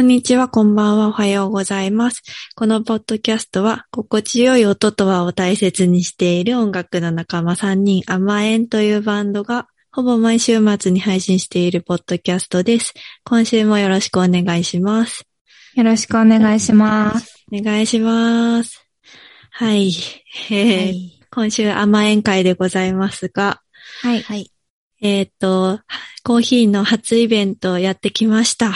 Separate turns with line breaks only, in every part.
んにちは、こんばんは、おはようございます。このポッドキャストは、心地よい音とはを大切にしている音楽の仲間3人、甘えんというバンドが、ほぼ毎週末に配信しているポッドキャストです。今週もよろしくお願いします。
よろしくお願いします。
お願いします。はい。えー
はい。
今週甘えん会でございますが、
はい。
はい。
えっ、と、コーヒーの初イベントをやってきました。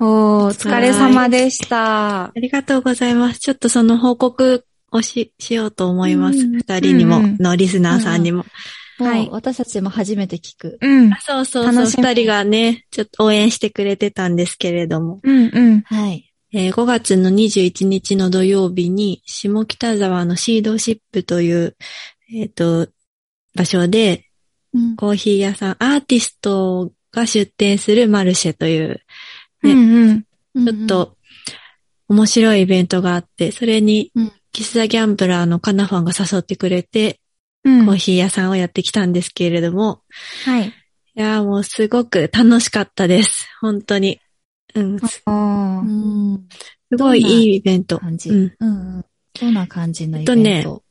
おー、お疲れ様でした
あ。りがとうございます。ちょっとその報告をし、しようと思います。
うん
二人にも、
うんうん
のリスナーさんにも。
は
はいい。私たちも初めて聞く。
うん。うん
あそうそうそう、
楽しみ
二人がね、ちょっと応援してくれてたんですけれども。
うん。
はい。
えー5月の21日の土曜日に、下北沢のシードシップという、えっ、と、場所で、
うん
コーヒー屋さん、アーティストが出店するマルシェという、ね
うんうん。
ちょっ、と面白いイベントがあって、それに
うん、
キス・ザ・ギャンブラーのカナファンが誘ってくれて、
うん。
コーヒー屋さんをやってきたんですけれども、
はい。
いやーもうすごく楽しかったです。本当に。うん、す
お
う
ー。
ん。うん
すごいいいイベント。
感じ。
う
うん
ん。
うん。どんな感じのイベ
えっ
ン
と
ト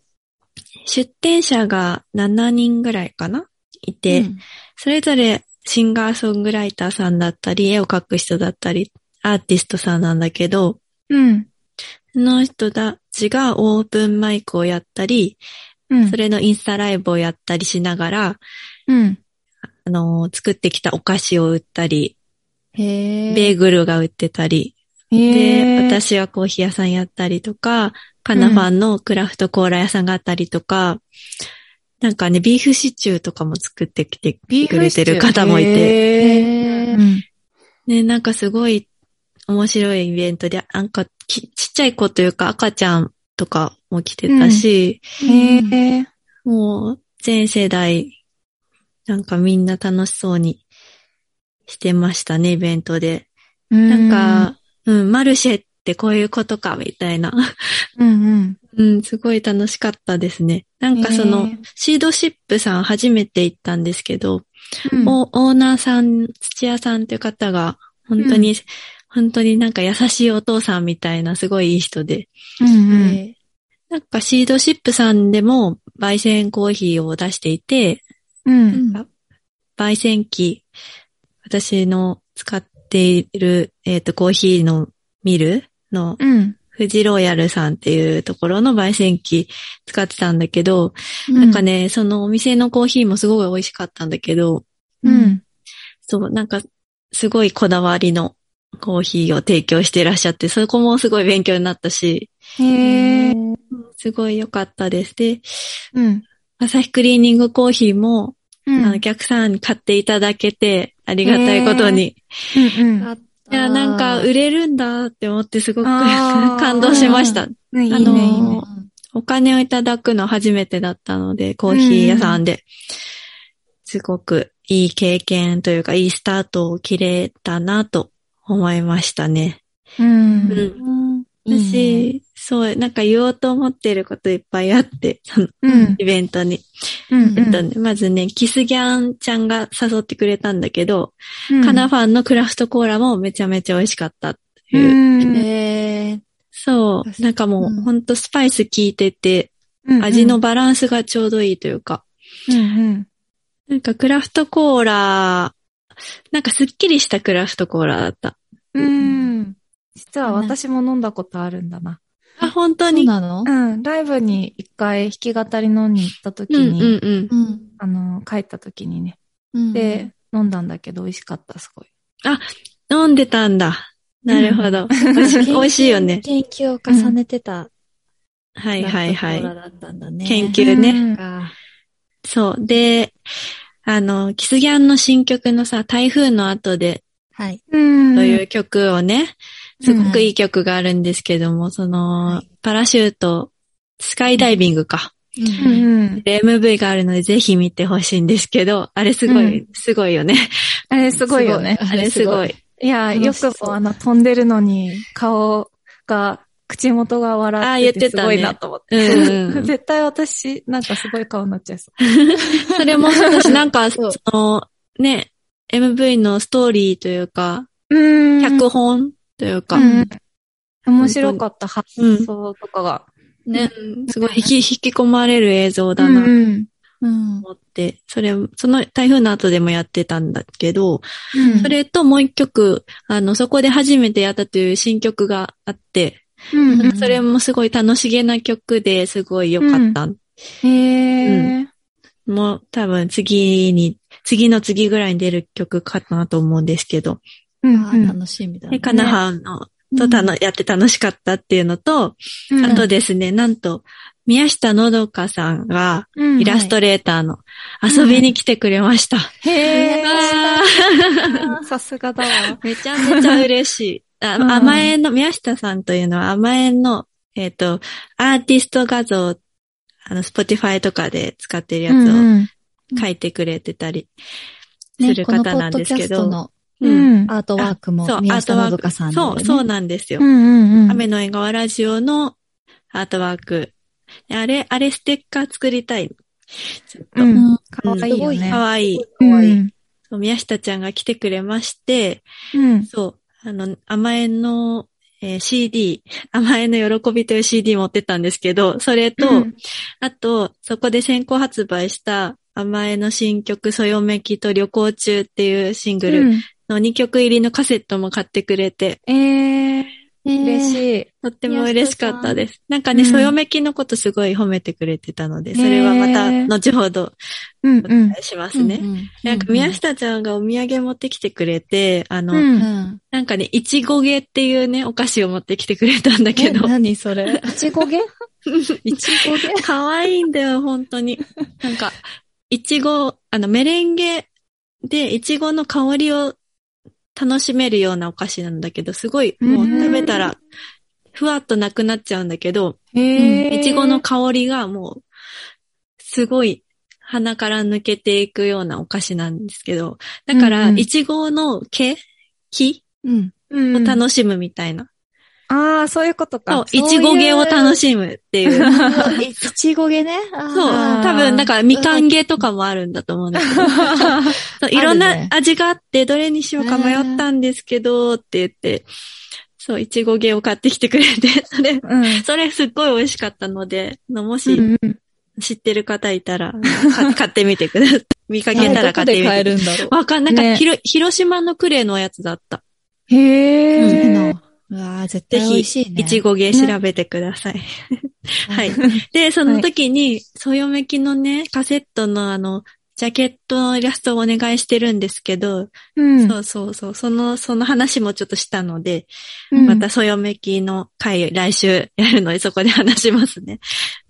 出店者が7人ぐらいかないて、
うん
それぞれシンガーソングライターさんだったり、絵を描く人だったり、アーティストさんなんだけど、
うん。
その人たちがオープンマイクをやったり、
うん。
それのインスタライブをやったりしながら、
うん。
あのー作ってきたお菓子を売ったり、
へー
ベーグルが売ってたり、で、
へー。
私はコーヒー屋さんやったりとか、カナファンのクラフトコーラ屋さんがあったりとか、なんかね、ビーフシチューとかも作ってきて
ビー
く
フ
れ
シチュ
て
ー
る方もいて、
へ
へー
ー
ね、なんかすごい面白いイベントで、なんかきちっちゃい子というか赤ちゃんとかも来てたし、
へ
うん
ー。
もう全世代、なんかみんな楽しそうにしてましたね、イベントで。なんか、うん、マルシェってこういうことか、みたいな。
うん、うん
うん、すごい楽しかったですね。な
うん。
んかその
へ、ー、
シードシップさん初めて行ったんですけど、
うん
おオーナーさん、土屋さんという方が、本当に、本当になんか優しいお父さんみたいな、すごいいい人で。
うんうん。
へ
なんかシードシップさんでも、焙煎コーヒーを出していて、
う。
ーうんん
焙煎機、私の使っている、えっ、と、コーヒーのミルの
うん。
富士ロイヤルさんっていうところの焙煎機使ってたんだけど、なんかね、そのお店のコーヒーもすごい美味しかったんだけど、
うん。うん。
そう、なんか、すごいこだわりのコーヒーを提供していらっしゃって、そこもすごい勉強になったし、
へー。
ー
すごい良かったです。で、
うん。
朝日クリーニングコーヒーも、あ
うん。
のお客さんに買っていただけて、ありがたいことに。
うんうん。
いや、なんか、売れるんだって思ってすごく
あー
感動しました。
うんいいね、
あ
いい
の
ね。
お金をいただくの初めてだったので、コーヒー屋さんで、すごくいい経験というか、いいスタートを切れたなと思いましたね。
うん
う。ん。
うん
私、そう、なんか言おうと思ってることいっぱいあって、その
うん。
イベントに。
うん。
えっとねまずね、キスギャンちゃんが誘ってくれたんだけど、
うん
カナファンのクラフトコーラもめちゃめちゃ美味しかったって
う
いう。
ん。
へー
そう、なんかも
う
う、
ん
ほんとスパイス効いてて、
うん
味の、バランスがちょうどいいというか、
うんうん。
なんかクラフトコーラ、なんかすっきりしたクラフトコーラだった。
うん。実は私も飲んだことあるんだな。
あ、本当
そう
に。
なの
うん。ライブに一回弾き語り飲みに行った時
うんうん
に、
うん。
うん
あの、帰った時にね。
うん。
で、飲んだんだけど美味しかった、すごい。
飲んでたんだ。なるほど。美味し 美味しいよ ね。
研究を重ねてた。
はいはいは
ラッ
い。
トコーラだったんだね。
研究ね
うん
か。
そう。で、あの、キスギャンの新曲のさ、台風の後で
はい。
うん
という曲をね、すごくいい曲があるんですけども、そ
は
の
い、
パラシュート、スカイダイビングか。
う
うんんうん。
MV があるので、ぜひ見てほしいんですけど、あれすごい、
う
すごいよね。
あれすごいよね。
あれすごい。
いや、
楽
よ
しそう
くもあの、飛んでるのに、顔が、口元が
あ
笑
言
っ
って
て
て
す
たね
ごいなと思って。
うんう ん
絶対私、なんかすごい顔になっちゃいそ
それもそうだし、なんか、
そ
そうの、ね、MV のストーリーというか、
うん
脚本というか、
うん面白かった発想とかが。
ね、すごい引き、引き込まれる映像だなと
うんうん
うん。
思って、それ、その台風の後でもやってたんだけど、
うん
それともう一曲、あの、そこで初めてやったという新曲があって、
うんうん
それもすごい楽しげな曲ですごい良かった。
へー
もう多分次に、次の次ぐらいに出る曲かなと思うんですけど、
うん
あ
うん
ー楽しみだね。
で、かなはんの、とたの、やって楽しかったっていうのと、
うん
あとですね、なんと、宮下のどかさんが、
うん
イラストレーターの遊びに来てくれました。
へ
わ
ーさすがだわ。
ーめちゃめちゃ嬉しい。 あ
うん
甘えんの、宮下さんというのは甘えんの、えっ、と、アーティスト画像、あの、スポティファイとかで使ってるや
う
つ
ん
を書いてくれてたりす
ね
る方なんですけ
こ
ど。
の
う
うん
ん。
ポッドキャストのアートワークも
そう、
宮
アート
下
ワ
の
ー
ど
ク。
かさん
そう、そうなんですよ。
うんうん。
雨の縁側ラジオのアートワーク。あれ、あれステッカー作りたい。ちょっと
う
うんん。
かわいいよ
すご
ね。
かわいい。
う
可愛い
ん。
そう宮下ちゃんが来てくれまして、
うん。
そう、あの、甘えんの、えー CD、甘えんの喜びという CD 持ってったんですけど、それと、
うん
あと、そこで先行発売した甘えんの新曲、そよめきと旅行中っていうシングルの2曲入りのカセットも買ってくれて、
うんえー、嬉
嬉しい。
しい。
とっても嬉しかったです。なんかね、
うん
そよめきのことすごい褒めてくれてたので、それはまた
へー
後ほど
うん
お伝えしますね。なんか宮下ちゃんがお土産持ってきてくれて、あの、
うん。
うん。
なんかね、いちごげっていうね、お菓子を持ってきてくれたんだけ
え、
ど、
何 それいちごげいちごげ
かわいいんだよ、本当に。なんか、いちご、あの、メレンゲで、いちごの香りを楽しめるようなお菓子なんだけど、すごい、もう
うん
食べたら、ふわっとなくなっちゃうんだけど、
へー
いちごの香りがもう、すごい鼻から抜けていくようなお菓子なんですけど、だか
う
ら、
んうん
いちごの毛木
うん。
を
うん
楽しむみたいな。
ああ、そういうこと
そう
か。、
いちご毛を楽しむっていう。そう、
いちごげね。あー
多分、なんか、みかん毛とかもあるんだと思うんだけど。 そういろん
ある
な
ね
味があって、どれにしようか迷ったんですけど、って言って、そう、いちご毛を買ってきてくれて、 それ、
うん。
それすっごい美味しかったので、あのも
う
し
んうん
知ってる方いたら、か買ってみてください。見かけたら買ってみてください。
るんだろ
わかんない。なんか、
ね
ひろ広島のクレのやつだった。
う。いい
へえ。
な。うわー絶対美味しいね。
いち
ご。
ご毛調べてください。 はい。で、その時に、そよめきのね、カセットのあの、ジャケットのイラストをお願いしてるんですけど、
うん
そうそうそう、その、その話もちょっとしたので、
うん
またそよめきの回、来週やるので、そこで話しますね。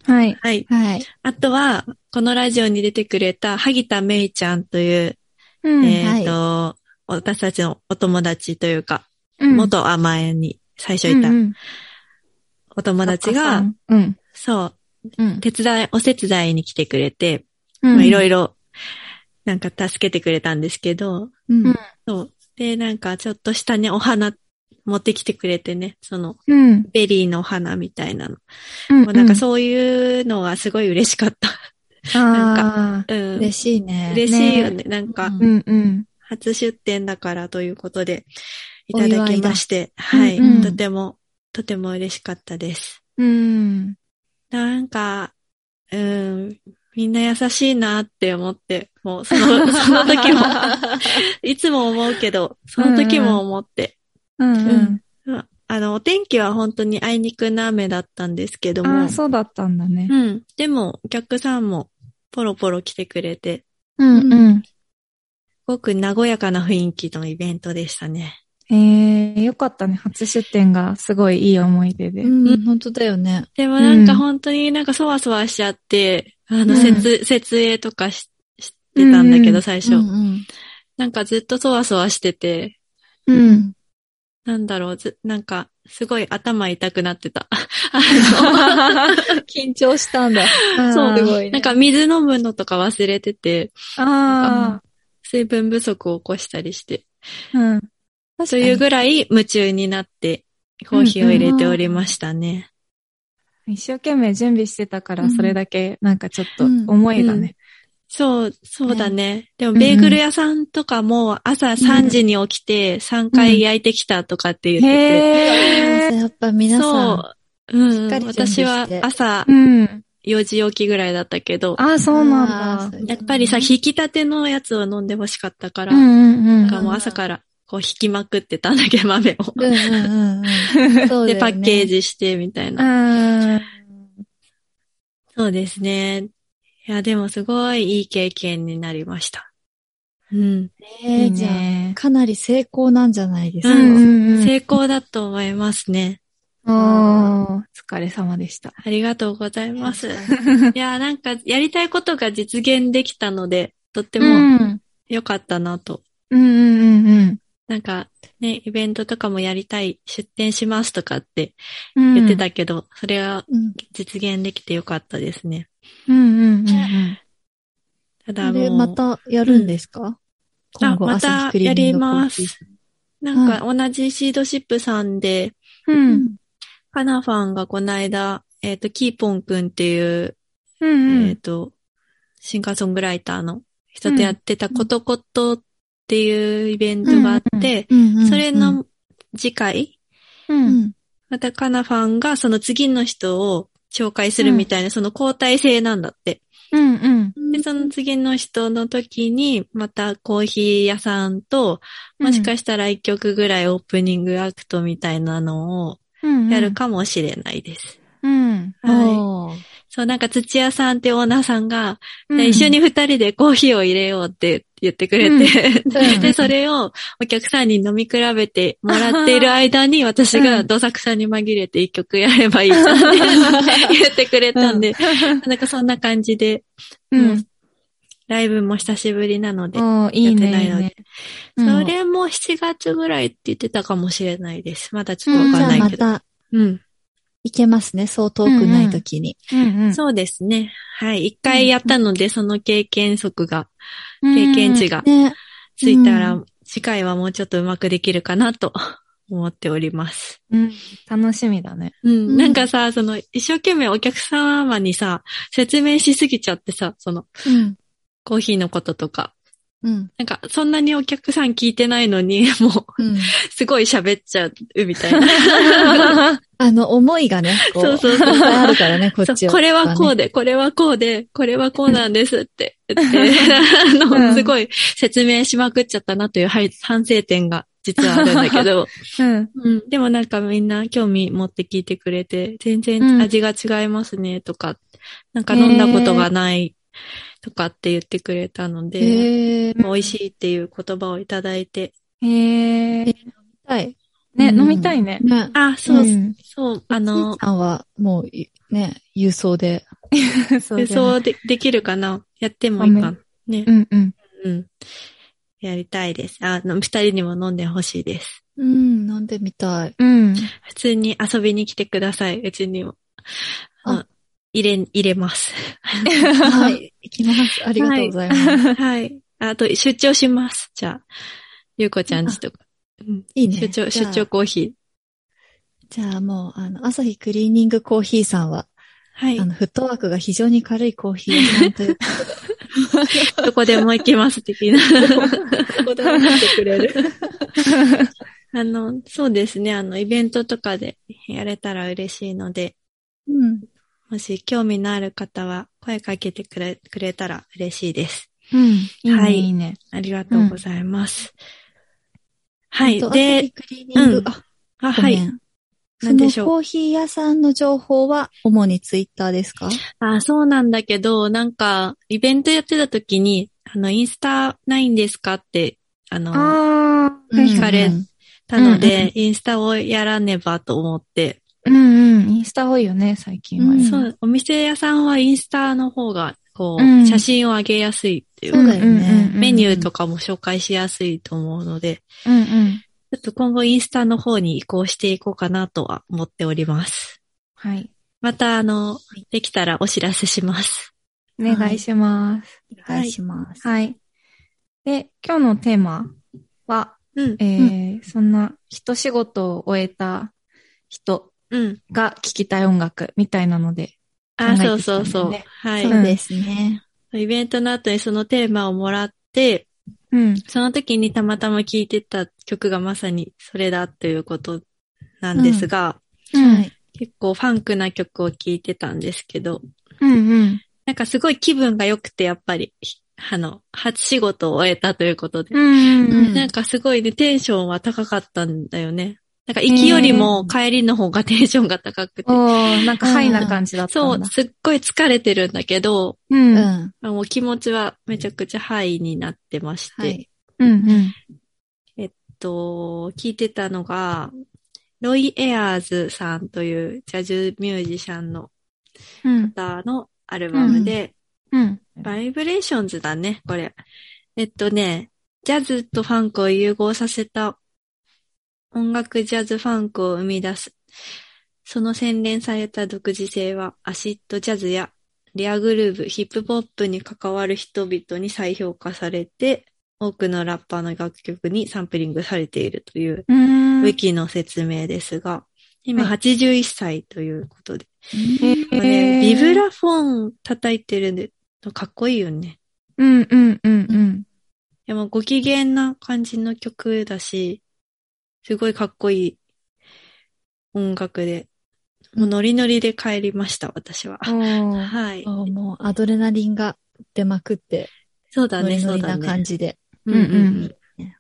はい。
はい。
はい。
あとは、このラジオに出てくれた、萩田めいちゃんという、
うん
えっ、と、私たちのお友達というか、
うん
元甘えに最初いた
うんうん
お友達が、
お母さんうん。
そう、
うん。
手伝い、お手伝いに来てくれて、
うん
まあいろいろ、なんか助けてくれたんですけど、
うん。
そう。で、なんかちょっとしたね、お花持ってきてくれてね、その、
うん。
ベリーのお花みたいなの。
うん
もうなんかそういうのはすごい嬉しかった。
あ
うん。
嬉しいね。
嬉しいよね。なんか
う、
ーうんうん。
初出店だからということで、い
お
た
祝いだ
だきまして、はい、
うん
うん
とても、とても嬉しかったです。
うん。
なんか、うん、みんな優しいなって思って、もうそ の、その時も、 いつも思うけど、その時も思って。
うんうん
うんあの、お天気は本当にあいにくの雨だったんですけど
あ
も。
あ、そうだったんだね。
うん。でも、お客さんもポロポロ来てくれて、
うんうん。
すごく和やかな雰囲気のイベントでしたね。
ええ、よかったね。初出店がすごいいい思い出で。
うん、本当だよね。
でもなんか本当になんかそわそわしちゃって、あの、
うん
設、 設営とかししてたんだけ
うんう
ど、
ん
最初、
うん
なんかずっとそわそわしてて、
う。
うんん。
なんだろう、ず、なんか、すごい頭痛くなってた。あ
緊張したんだ。
の
あー
すごいね
なんか水飲むのとか忘れてて、
あ
水分不足を起こしたりして、
あ、うん。
というぐらい夢中になってコーヒーを入れておりましたね。
一生懸命準備してたか
う
ら、
ん
それだけ、なんかちょっと
うん
思いがね、
そう、そうだね。でも、ベーグル屋さんとかも朝3時に起きて3回焼いてきたとかって言って
へー。
やっぱ
て。
皆さん
そ、う。う
しっ
ん
か。り準備し
私
て
は朝
うん。
4時起きぐらいだったけど、
あ、そうなん
あ
だ。
ー
やっぱりさ、
そういう
引き立てのやつを飲んで欲しかったから、
うんうんう
なんんかもう朝からこう引きまくってたんだけど、豆を。
ことねうんうんうん うん。そうだよね
で、パッケー。ジしてみたいな。
うん。
そうですね。いや、でもすごいいい経験になりました。うん。
えーじゃあ、かなり成功なんじゃないです
う
か。
んうんうん。
成功だと思いますね。
おーお疲れ様でした。
ありがとうございます。いや、なんか、やりたいことが実現できたので、とって
で
も
うん
良かったなと。
うんうんうん
なんか、ね、イベントとかもやりたい、出店しますとかって
うん。
言ってたけど、それは
うん。
実現できて良かったですね。
うんうんうんうん。
ただ
あ
も
れ、
う、
またやるんですか今後
あまた
朝日クリーニングコーヒー
やりますなんか同じシードシップさんで、
う
うんん。
カナファンがこの間、えっ、と、キーポンくんっていう、
う
えっ、
ん
と、シンガーソングライターの人とやってたことことっていうイベントがあって、
うんうん
それ、の次回、
う。
うんん。
またカナファンがその次の人を紹介するみたいな、その交代制なんだって。
うんうん。
で、その次の人の時に、またコーヒー屋さんと、もしかしたら一曲ぐらいオープニングアクトみたいなのを
うん。
やる。かもしれないです。
うん。
はい。
おー
そう、なんか土屋さんってオーナーさんが、で
うん
一緒に二人でコーヒーを入れようって言ってくれて、
うん
で、それをお客さんに飲み比べてもらっている間に、私がどさくさに紛れて一曲やればいいじゃん って言ってくれたんで、なんかそんな感じで、
うん。
ライブも久しぶりなので、
おーいいね。いいね
それも7月ぐらいって言ってたかもしれないです。まだちょっとわ
じ
か
ゃ
ん
あ
ない
ま
けど。
た
うん。
行けますね。そう遠くない時に。
うんうん。
そうですね。はい。一回やったので、その経験則が、経験値が
ね。
ついたら、
う
次回はもうちょっとうまくできるかなと 思っております。
うん。楽しみだね。
うん。
ん
なんかさ、その、一生懸命お客様にさ、説明しすぎちゃってさ、その、
うん。
コーヒーのこととか。
うん。
なんか、そんなにお客さん聞いてないのに、もう、
うん。
すごい喋っちゃうみたいな。
あの、思いがね、こ
そうそう
い
そう
っぱいあるからね、こ っ
そう
ち
これはこう
う。
で、これはこうで、これはこうなんですって言って、 あ
う
の、
ん
すごい説明しまくっちゃったなというはい反省点が実はあるんだけど、
うん。
うん、でもなんかみんな興味持って聞いてくれて、全
う
然
ん
味が違いますねとか、なんか飲んだことがないとかって言ってくれたので、
へえ。
美味しいっていう言葉をいただいて、
へえ。
はい。
ね、
うん
飲みたいね。
ね。
あ、そう、
うん
そう、あの、
さんは、もう、いね、郵送で。
そ
そう
うそう。
でできるかなやってもいいかなね
う、んうん。
うん。やりたいです。あの、二人にも飲んでほしいです。
うん、飲んでみたい。
うん。
普通に遊びに来てください、うちにも。
あ
あ入れ、入れます。
はい。行きます。ありがとうございます。
はい。あと、出張します。じゃあ、ゆうこちゃんちとか。うん
いいね。
出張、
じ
出
ゃあ
張。コーヒ
じゃあもう、あの、朝日クリーニングコーヒーさんは、
ー。はい
あ。の、フットワークが非常に軽いコーヒー屋さ んという
どこでも行き ます、的な。
ことで、飲んでくれる。
あの、そうですね。あの、イベントとかでやれたら嬉しいので、
うん。
もし興味のある方は声かけてくれ、くれたら嬉しいです。
うん。いい
は
ね、
い
いいね。
ありがとうございます。はい。
と朝
で
日、クリーニング、
うん
あ、
あ、
ご
は
め
い。
ん。そ
何で
の
しょう
コーヒー屋さんの情報は主にツイッターですか
あ、そうなんだけど、なんか、イベントやってた時に、あの、インスタないんですかって、あの、
あ
ん
あ。
惹かれ
うん
たの
うんう
で、インスタをやらねばと思って、
うんうん。インスタ多いよね、最近は。
うん
そう、お店屋さんはインスタの方が、こう、
うん
写真を上げやすいっていう
そ
か、
うだよね。
メニュー
と
とかも紹介しやすいと思うので、
うんうん。
ちょっと今後インスタの方に移行していこうかなとは思っております。
はい。
また、あの、できたらお知らせします。
お願いします。
お願いします。
はい。で、今日のテーマは、
うん、
えーそんな一仕事を終えた人
うん。
が聴きたい音楽みたいなので。
あ、
考えて
そ
きたんだよ
う
ね
そうそう。はい。
そうですね。
イベントの後にそのテーマをもらって、
うん。
その時にたまたま聴いてた曲がまさにそれだということなんですが、
うん。
い。
結構ファンクな曲を聴いてたんですけど、
うんうん。
なんかすごい気分が良くて、やっぱり、ひあの、初仕事を終えたということで。
うんうん。
なんかすごいね、テンションは高かったんだよね。なんか行きよりも帰りの方がテンションが高くて。
おー、なんかハイな感じだった
そ
ん
う、
だ。
すっごい疲れてるんだけど、
う。う。
う
うん
んん。
まあもう気持ちはめちゃくちゃハイになってまして、
は
えっ
い。
うん。
と、聞いてたのが、ロイ・エアーズさんというジャズミュージシャンの
うん。
方のアルバムで、
うん。
バイブレーションズだね、これ。えっとね、ジャズとファンクを融合させた音楽ジャズファンクを生み出す。その洗練された独自性はアシッドジャズやレアグルーブ、ヒップポップに関わる人々に再評価されて、多くのラッパーの楽曲にサンプリングされているという
うん
ウィキの説明ですが、今
は
81歳ということで。
え
これビブ
ラ
ラフォン叩いてるんで、かっこいいよね。
うんうんうんうん。
でもご機嫌な感じの曲だし、すごいかっこいい音楽で、もうノリノリで帰りました、私は。
おー
はい。
そうもうアドレナリンが出まくって、
そうだ
ノ
ね、
リノ
そう
リ
だ
な
ね。
感じで。
う
リ
んう
なん感じ
うん。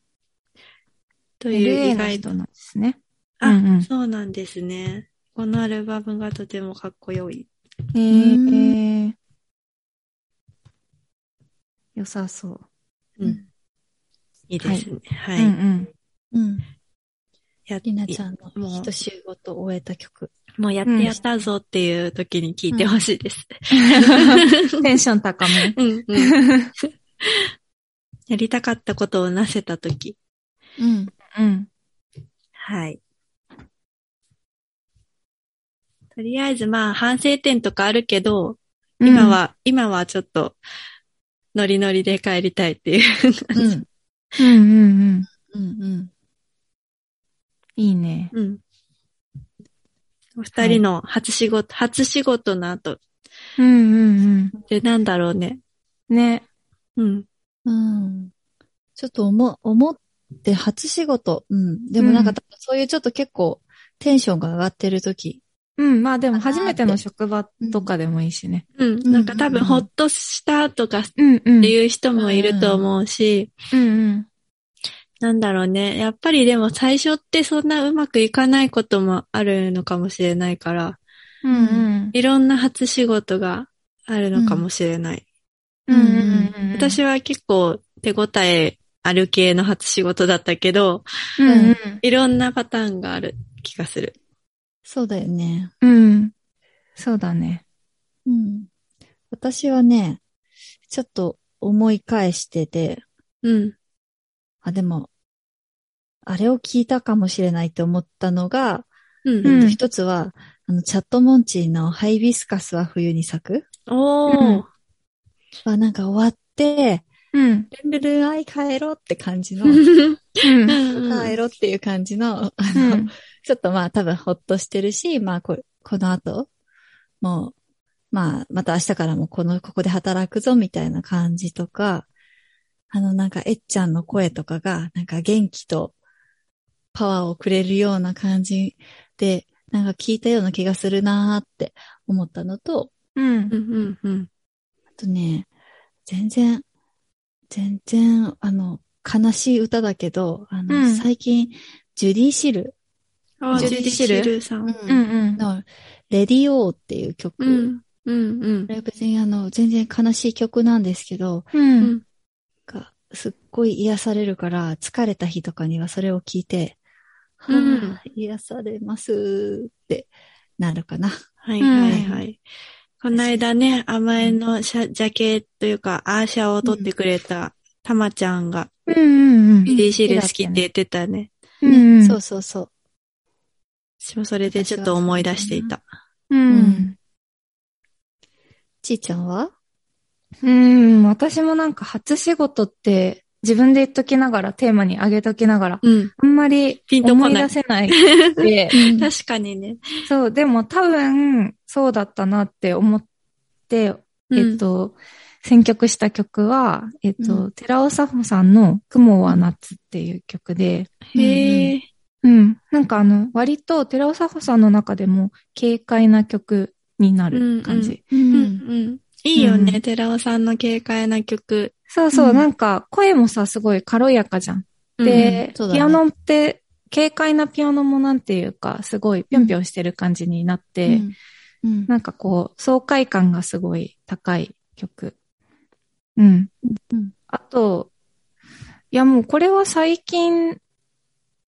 という意
LA
外
の
と
人。なんですね。
あ、
うんうん
そうなんですね。このアルバムがとてもかっこよい。
えー。良さそう。
うん。いいですね。はい。
うんうん。
うん。
やっ
りなちゃんの
もう
一仕事を終えた曲。
もうやってやったぞっていう時に聞いてほしいです。
テンション高め。
うん、うん。やりたかったことをなせた時。
うん。
うん。
はい。とりあえずまあ反省点とかあるけど、今、は、今はちょっとノリノリで帰りたいっていう。
うん。
うんうんうん。
うん。うん。
いいね。
うん。お二人の初仕事、初仕事の後
うんうん
でなんだろうね。
うん。ね。
うん。
うん。ちょっと思、思って初仕事。うん。でもなん
う
か
ん、
そういうちょっと結構テンションが上がってる時。
うん、まあでも初めての職場とかでもいいしね。
うん。
うん
なんか多分ほっとしたとかっ
うんうん
ていう人もいると思うし、
うん
なんだろうね。やっぱりでも最初ってそんなうまくいかないこともあるのかもしれないから、
うん。うんうん。
いろんな初仕事があるのかもしれない。
うんうんうん。
私は結構手応えある系の初仕事だったけど、
うんうん。
いろんなパターンがある気がする。
そうだよね。
うん。そうだね。
うん。私はね、ちょっと思い返してて、
うん。
あ、でも、あれを聞いたかもしれないって思ったのが、
うん。
うん
一つは、あの、チャットモンチーのハイビスカスは冬に咲く
お
うん
ー。
はなんか終わって、
うん。
ルンルルンアイ帰ろうって感じの、
うん。
帰ろうっていう感じの、あ
う
の、
ん
ちょっとまあ多分ほっとしてるし、まあここの後、もう、まあまた明日からもこの、ここで働くぞみたいな感じとか、あのなんかえっちゃんの声とかが、なんか元気とパワーをくれるような感じで、なんか聞いたような気がするなーって思ったのと、
うん
う。んうん
あとね、全然、全然、あの、悲しい歌だけど、あの、
うん
最近、ジュディ・シル
あー
ジ
ジュ
ュデ
デ
ィ
ィ
シ
シ
ル
ルさん。
うんうん。
の、レディオーっていう曲。
うん。うんうん
こ。れは別にあの、全然悲しい曲なんですけど、
うん。
がすっごい癒されるから、疲れた日とかにはそれを聞いて、は
うん
ぁ、癒されますってなるかな。
はいはいはい。この間ね、甘えのシャジャケというか、アーシャを撮ってくれた、たまちゃんが、
うんうん
ジュディシル好きって言ってたね。
うん。
そうそうそう。
私もそれでちょっと思い出していた。
う。うん。
ちーちゃんは
うん。私もなんか初仕事って自分で言っときながら、テーマに上げときながら、
うん。
あんまり
ピンとこな
思
い
い出せない で、
うん
確かにね。
そう、でも多分そうだったなって思って、えっと、選曲した曲は、えっと、
う
寺尾沙穂さんの雲は夏っていう曲で、
へえ。
うん。なんかあの、割と寺尾沙穂さんの中でも軽快な曲になる感じ。
うん
う。
うんうんん。いいよ
う
ね、
ん
寺尾さんの軽快な曲。
そうそう、
うん
なんか声もさ、すごい軽やかじゃん。
うん
で、
そうだね
ピアノって、軽快なピアノもなんていうか、すごいぴょんぴょんしてる感じになって、
うん
なんかこう、爽快感がすごい高い曲。うん。
うん
あと、いやもうこれは最近、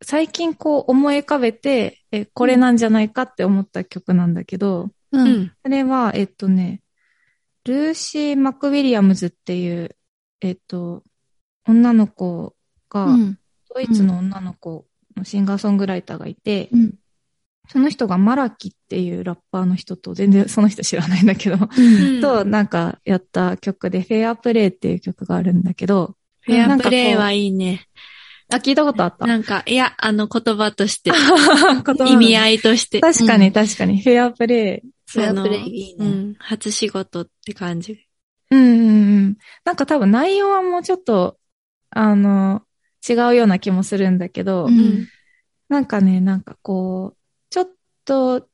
最近こう思い浮かべて、え、これなんじゃないかって思った曲なんだけど、
う。
うんん。
それは、えっとね、ルーシー・マクウィリアムズっていう、えっと、女の子が、
うん。
ドイツの女の子のシンガーソングライターがいて、
うん。
その人がマラキっていうラッパーの人と、全然その人知らないんだけど、
うん
と、なんかやった曲で、フェアプレイっていう曲があるんだけど、
フェアプレイはいいね。
あ、聞いたことあった。
なんか、いや、あの言葉として、意
意
味
い。
合いとして。
確か
う
に
ん
確かに、フェアプレイ。
フェ
そ
ア
の
プレイいいうね。
ん、初仕事って感じ。
うんうんうん。なんか多分内容はもうちょっと、あの、違うような気もするんだけど、
うん
なんかね、なんかこう、ちょっと、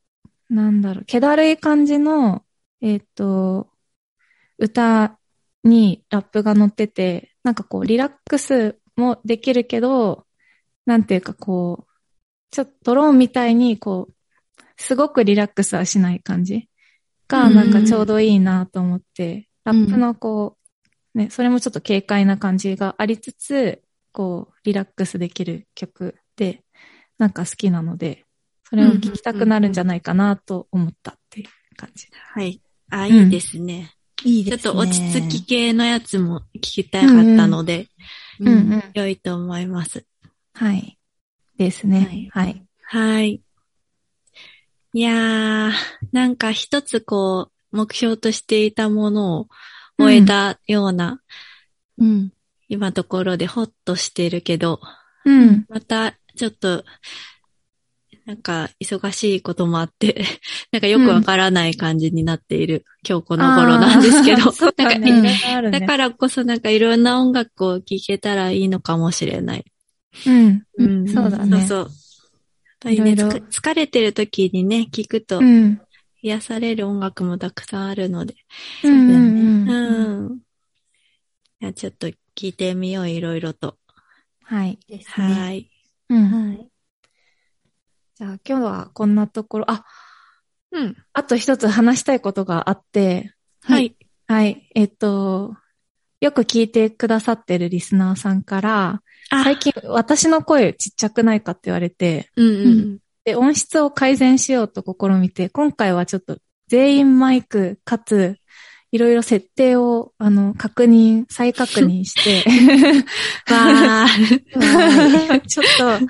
なんだろう、気だるい感じの、えっ、と、歌にラップが乗ってて、なんかこう、リラックスもできるけど、なんていうかこう、ちょっとドローンみたいに、こう、すごくリラックスはしない感じが、
うん
なんかちょうどいいなと思って、
う
ラ
ん
ップのこう、ね、それもちょっと軽快な感じがありつつ、こう、リラックスできる曲で、なんか好きなので、それを聴きたくなるんじゃないかなと思ったっていう感じ。
はい。あ、
うん
いいですね。
いい
ちょ
で
っ
すね。
と落ち着き系のやつも聞きたかったので、
うん。
ん。
良いと思います。
はい。ですね。はい。
はい。いやー、なんか一つこう、目標としていたものを終えたような、
うん。
今ところでホッとしてるけど、
うん。
また、ちょっと、なんか、忙しいこともあって、 なんかよくわからない感じになっている、今日この頃なんですけど、
そうだね。
なんか
いろいろあるね
だからこそなんかいろんな音楽を聴けたらいいのかもしれない。
うん。
うん
そうだね
そうそう。やっぱりね
いろいろ
つか疲れてる時にね、聴くと
うん。
癒される音楽もたくさんあるので。
うんうん
う
うん
ん。いやちょっと聴いてみよう、いろいろと。
はい。
ですね。
はい。
うん。
はい。
じゃあ今日はこんなところ、あ、
うん。
あと一つ話したいことがあって、
はい。
はい。えっと、よく聞いてくださってるリスナーさんから、
あ
最近私の声ちっちゃくないかって言われて、
うん うん。
で、音質を改善しようと試みて、今回はちょっと全員マイクかつ、いろいろ設定を、あの、確認、再確認して、
わー。
ちょっと、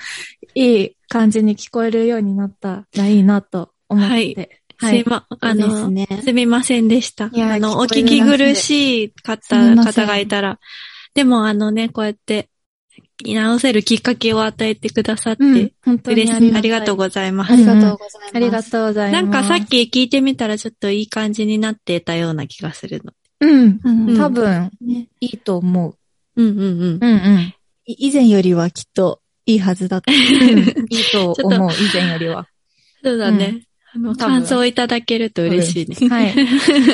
いい感じに聞こえるようになったらいいなと思って。
すいま、あ
です
の、
ね。
すみませんでした。
いや
あの、お
聞こえ
聞
る
き
だけで
苦しい
す
方、
みません
方がいたら。でも、あのね、こうやって、直せるきっかけを与えてくださって、
うん、本当
嬉し
にあ
い。
り
あ
が
り
たい
がとうございま
あ
す。
りがとうございます。
ありがとうございま
な
す。
んかさっ、き聞いてみたらちょっといい感じになってたような気がするの。
うん、
うん
多分、
ね。
いいと思う。
うんうんうん。
うんうん。
い以前よりはきっといいはずだっ た。
いいと
ちょっと
思う、以前よりは。
そうだね。あの、
多分
感想いただけると嬉しいね。
はい。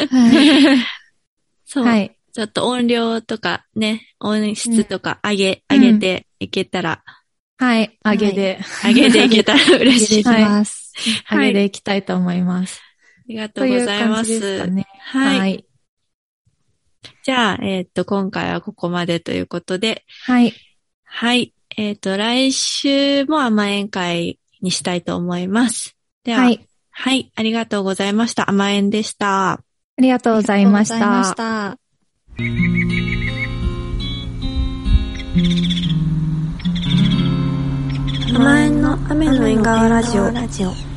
はい。
そう。
はい。
ちょっと音量とかね、音質とか上げ、
うん
上げていけたら、
はい。上げで、
上げていけたら嬉
失
し
礼
い。
します。
はい
上げでいきたいと思います。
ありがとう
とい
ご
う
ざいま
感
す。
じですかね。
はい。
はい。
じゃあ、えっ、と、今回はここまでということで、
はい。
はい。えっ、と、来週も甘えん会にしたいと思います。では、
は
はい、
い。
ありがとうございました。甘えんでした。
ありがとうございまし
ありがとうござい
た
まし。た。
甘えんの雨
雨の縁側ラジオ。
ラジオ。